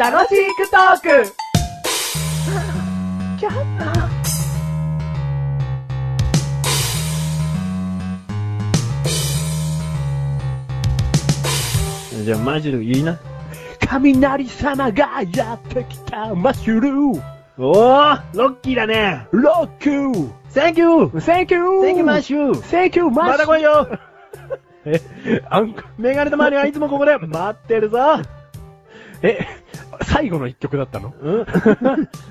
楽しくトークじゃあマジでいいな。雷様がやってきたマッシュルーおーロッキーだねロック !Thank you!Thank Thank you! you, マッシュ Thank you, まマッシたュ来いよえ、あんこ、メガネとマリはいつもここで待ってるぞえ、最後の一曲だったの うん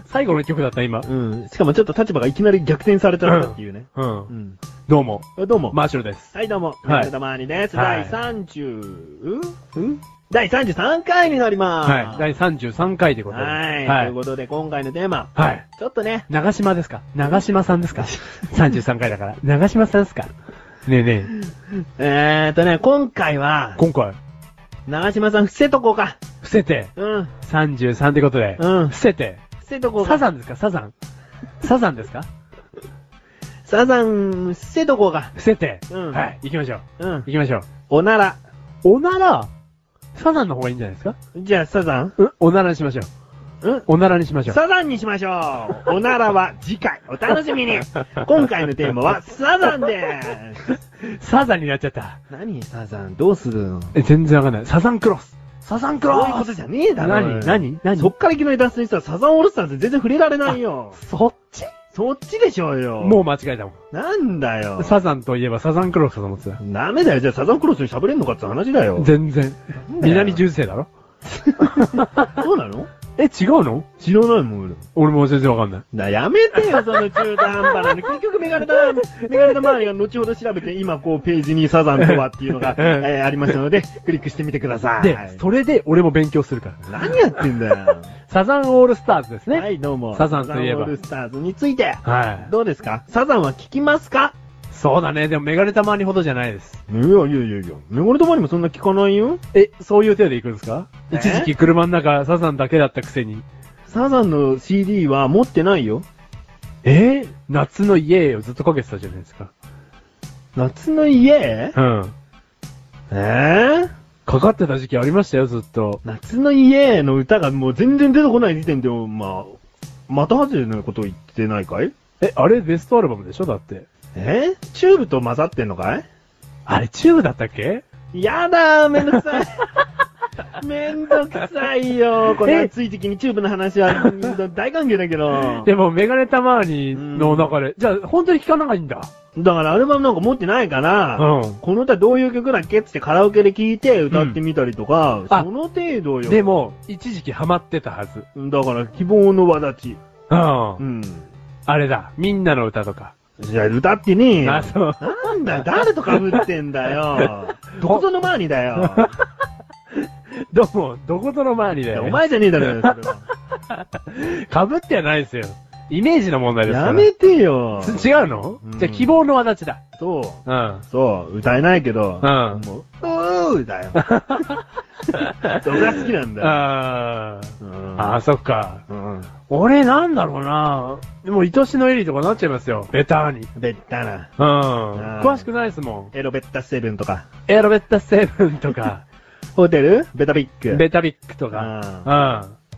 最後の一曲だった今。うん。しかもちょっと立場がいきなり逆転されちゃったっていうね。う。うんん。どうも、どうも。マーシュルです。はい、どうも。はいメガネとマリです。は第い30、うん第33回になりまーはい。す。第33回ということで。はい。はというい。ことで、今回のテーマ、はい。ちょっとね、長島ですか長島さんですか ?33 回だから。 長島さんですかねえねえーとね、今回え、は、今回、長島さん伏せとこうか。伏せて、うん、 33ってことで、うん。伏せて、伏せとこうサか。ザンですかサザン。サザンですかサザン、伏せとこうか。伏せて、うんはい。行きましょう。うん行。きましょう。おなら。おなら、サザンの方がいいんじゃないですかじゃあ、サザンうんおならにしましょう。うんおならにしましょう。サザンにしましょう。おならは次回、お楽しみに。今回のテーマは、サザンです。サザンになっちゃった。何サザン、どうするのえ、全然わかんない。サザンクロス。サザンクそロういうことスじゃねえだろ。何何何そっからいきなり脱線したらサザンオールスターズ全然触れられないよ。そっちそっちでしょうよ。もう間違えたもう。なんだよん。。サザンといえばサザンクロスだと思ってた。ダメだよ。じゃあサザンクロスに喋れんのかって話だよ。全然。だよ南十世だろそうなのえ、違うの知らないもん、俺。俺も全然わかんない。だやめてよ、その中途半端なの。結局、メガネタ、メガネタ周りが後ほど調べて、今、こう、ページにサザンとはっていうのが、えーありましたので、クリックしてみてください。で、それで俺も勉強するから。何やってんだよ。サザンオールスターズですはね。い、どうも。サザンといえばサザンオールスターズについて、はどうですかサザンは聞きますかい。そうだね。でもメガネたまにほどじゃないです。いやいやいやいや、メガネタ周りもそんな聞かないよ。え、そういう手で行くんですかえ一時期車の中サザンだけだったくせに。サザンの CD は持ってないよ。えー夏の家をずっとかけてたじゃないですか。夏の家うん。えー、かかってた時期ありましたよ、ずっと。夏の家の歌がもう全然出てこない時点で、まあ、また外れのこと言ってないかいえ、あれベストアルバムでしょだって。えチューブと混ざってんのかあれチューブだったっけいやだー、めんどくさ い。めんどくさいよ。このえ暑い時期にチューブの話は大歓迎だけど。でも、メガネたまにの中で、じゃあ、本当に聞かないんだ。だからアルバムなんか持ってないから、うこの歌どういう曲だっけっつってカラオケで聴いて歌ってみたりとか、あその程度よ。ん。で、も、一時期ハマってたはず。だから希望の輪立ち。う。うんん。あれだ、みんなの歌とか。じゃあ歌ってねえよあ、そう。なんだよ、誰と被ってんだ よ。どこぞの周りだよ。どうも、どことの周りいで。やお前じゃねえだろ、 それは。かぶってはないですよ。イメージの問題ですから。やめて よ。違うのうんじゃあ、希望の輪立ちだ。そう。うん。そう、歌えないけど、うんもう、うーだ よ。僕が好きなんだよ。あーうんあー、そっか。うん。俺、なんだろうな。でも、愛しのエリーとかなっちゃいますよ。ベターに。ベッタな。うんん。詳しくないですもん。エロベッタセブンとか、エロベッタセブンとか。ホテルベタビック。ベタビックとうか、う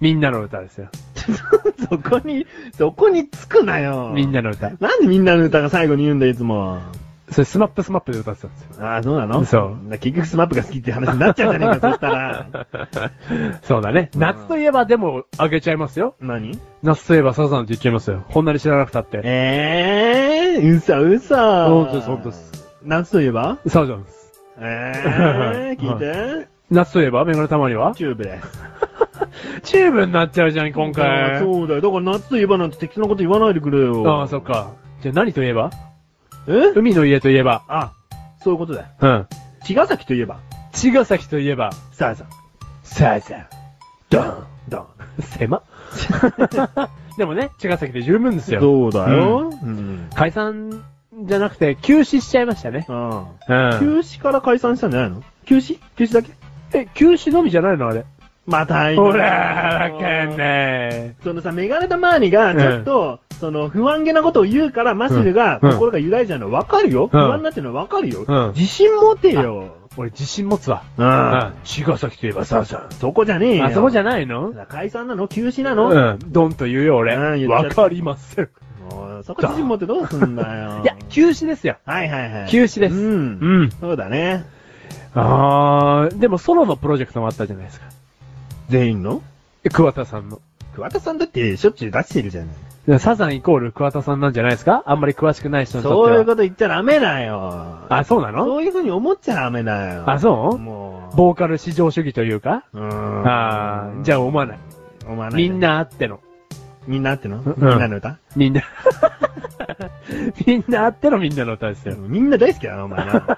ん。みんなの歌ですよ。 そこに、そこにつくなよ。みん。なの歌。なんでみんなの歌が最後に言うんだよ、いつも。それスマップスマップで歌ってたんですよ。ああ、そうなの。そうな結局スマップが好きって話になっちゃうじゃねえか、そした ら。そうだね。うん夏といえばでも、あげちゃいますよ。何夏といえばサザンって言っちゃいますよ。こんなに知らなくたって。ええー、嘘嘘。本当です本当です。夏といえばサザンです。ええー、聞い て。夏といえばメガネたまにはチューブです。チューブになっちゃうじゃん、今あ回。ーそうだよ。だから夏といえばなんて適当なこと言わないでくれよ。ああ、そっ。か。じゃあ何といえばえ海の家といえば。あ、そういうことだよ。うん。茅ヶ崎といえば、茅ヶ崎といえば。サザン。サザン。ドン、ドン。狭っ でもね、茅ヶ崎で十分ですよ。そうだよ。うん。解散じゃなくて、休止しちゃいましたね。ああう休止から解散したんじゃないの休止休止だけえ、休止のみじゃないのあれ。またいいなほら、わかんない。そのさ、メガネたマーニが、ちょっと、その、不安げなことを言うから、マシルが、うん心が揺らいじゃうのわかるよ。不安になってるのわかるよ。うん自信持てよ。俺自信持つわ。うんうん。茅ヶ崎といえばサーシャそこじゃねえン。よ。あそこじゃ。ゃないの解散なの休止なの、うん。ドンと言うよ、俺。うん言っちゃわったかりません。もうそこ自信持ってどうすんだよ。 いや、休止ですよ。はいはいはい。休止ですう。うんん。そうだね。あー、でもソロのプロジェクトもあったじゃないですか。全員の桑田さんの。桑田さんだってしょっちゅう出してるじゃない。サザンイコール桑田さんなんじゃないですかあんまり詳しくない人にとっては。そういうこと言っちゃダメだよ。あ、そうなのそういうふうに思っちゃダメだよ。あ、そうもう。ボーカル至上主義というかうーん。あー、じゃあ思わない。お前みん。なあっての。みんなっての、んみんなの歌みん な。みんなあってのみんなの歌ですよ。みんな大好きだな、お前な。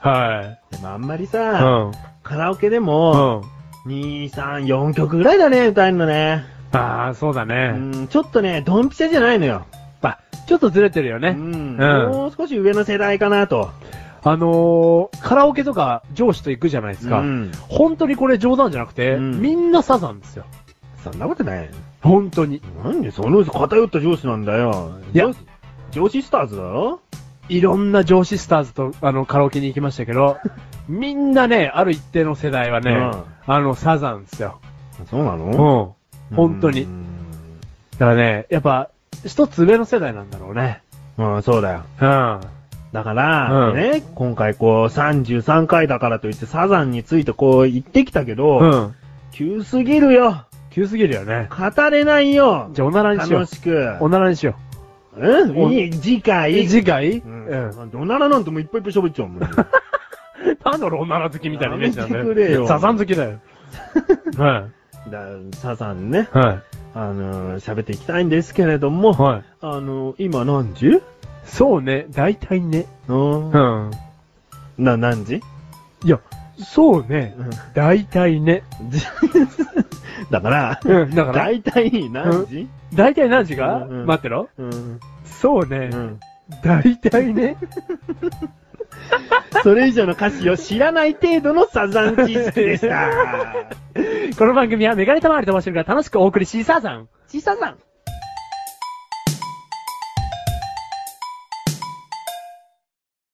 はでもあんまりい。うさ、ん。カラオケでうも、ん。 2、3、4曲ぐらいだね、歌えるのね。ああ、そうだうね。ん、ちょっとね、ドンピシャじゃないのよ。まあ、ちょっとずれてるようね。ん。うんもう少し上の世代かなと。あのー、カラオケとか上司と行くじゃないですか。うん本当にこれ冗談じゃなくて、うんみんなサザンですよ。そんなことない。本当に。なんでその偏った上司なんだよ。いや上司、上司スターズだろいろんな上司スターズとあのカラオケに行きました けど、みんなね、ある一定の世代はね、うんあの、サザンですよ。そうなうのん。本当にうんだからね、やっぱ、一つ上の世代なんだろうね。うん、そうだよ。うん。だから、うんね、今回こう、33回だからといってサザンについてこう言ってきたけど、うん。急すぎるよ。急すぎるよね。語れないよ。じゃあ、おならにしよう楽。しく。おならにしようんおいい次う。回。次回ううんん。おならなんてもういっぱいいっぱい喋っちゃう もん。なんだろう、おなら好きみたいなイメージなんだやめてくれよよ。サザン好きだ よ。はだサザンね、い。はあのー喋っていきたいんですけれども、い。はい。あのー今何時そうね、大体ね。うんうん。な、何時いや、そうね、うん大体ね。だから、うん、だから、大体何時大体何時うが、んうん待ってろ。うん。そうねう、ん。大体ね。それ以上の歌詞を知らない程度のサザン知識でした。この番組はメガネたまわりとマシュルが楽しくお送りし、サザン。ちささん。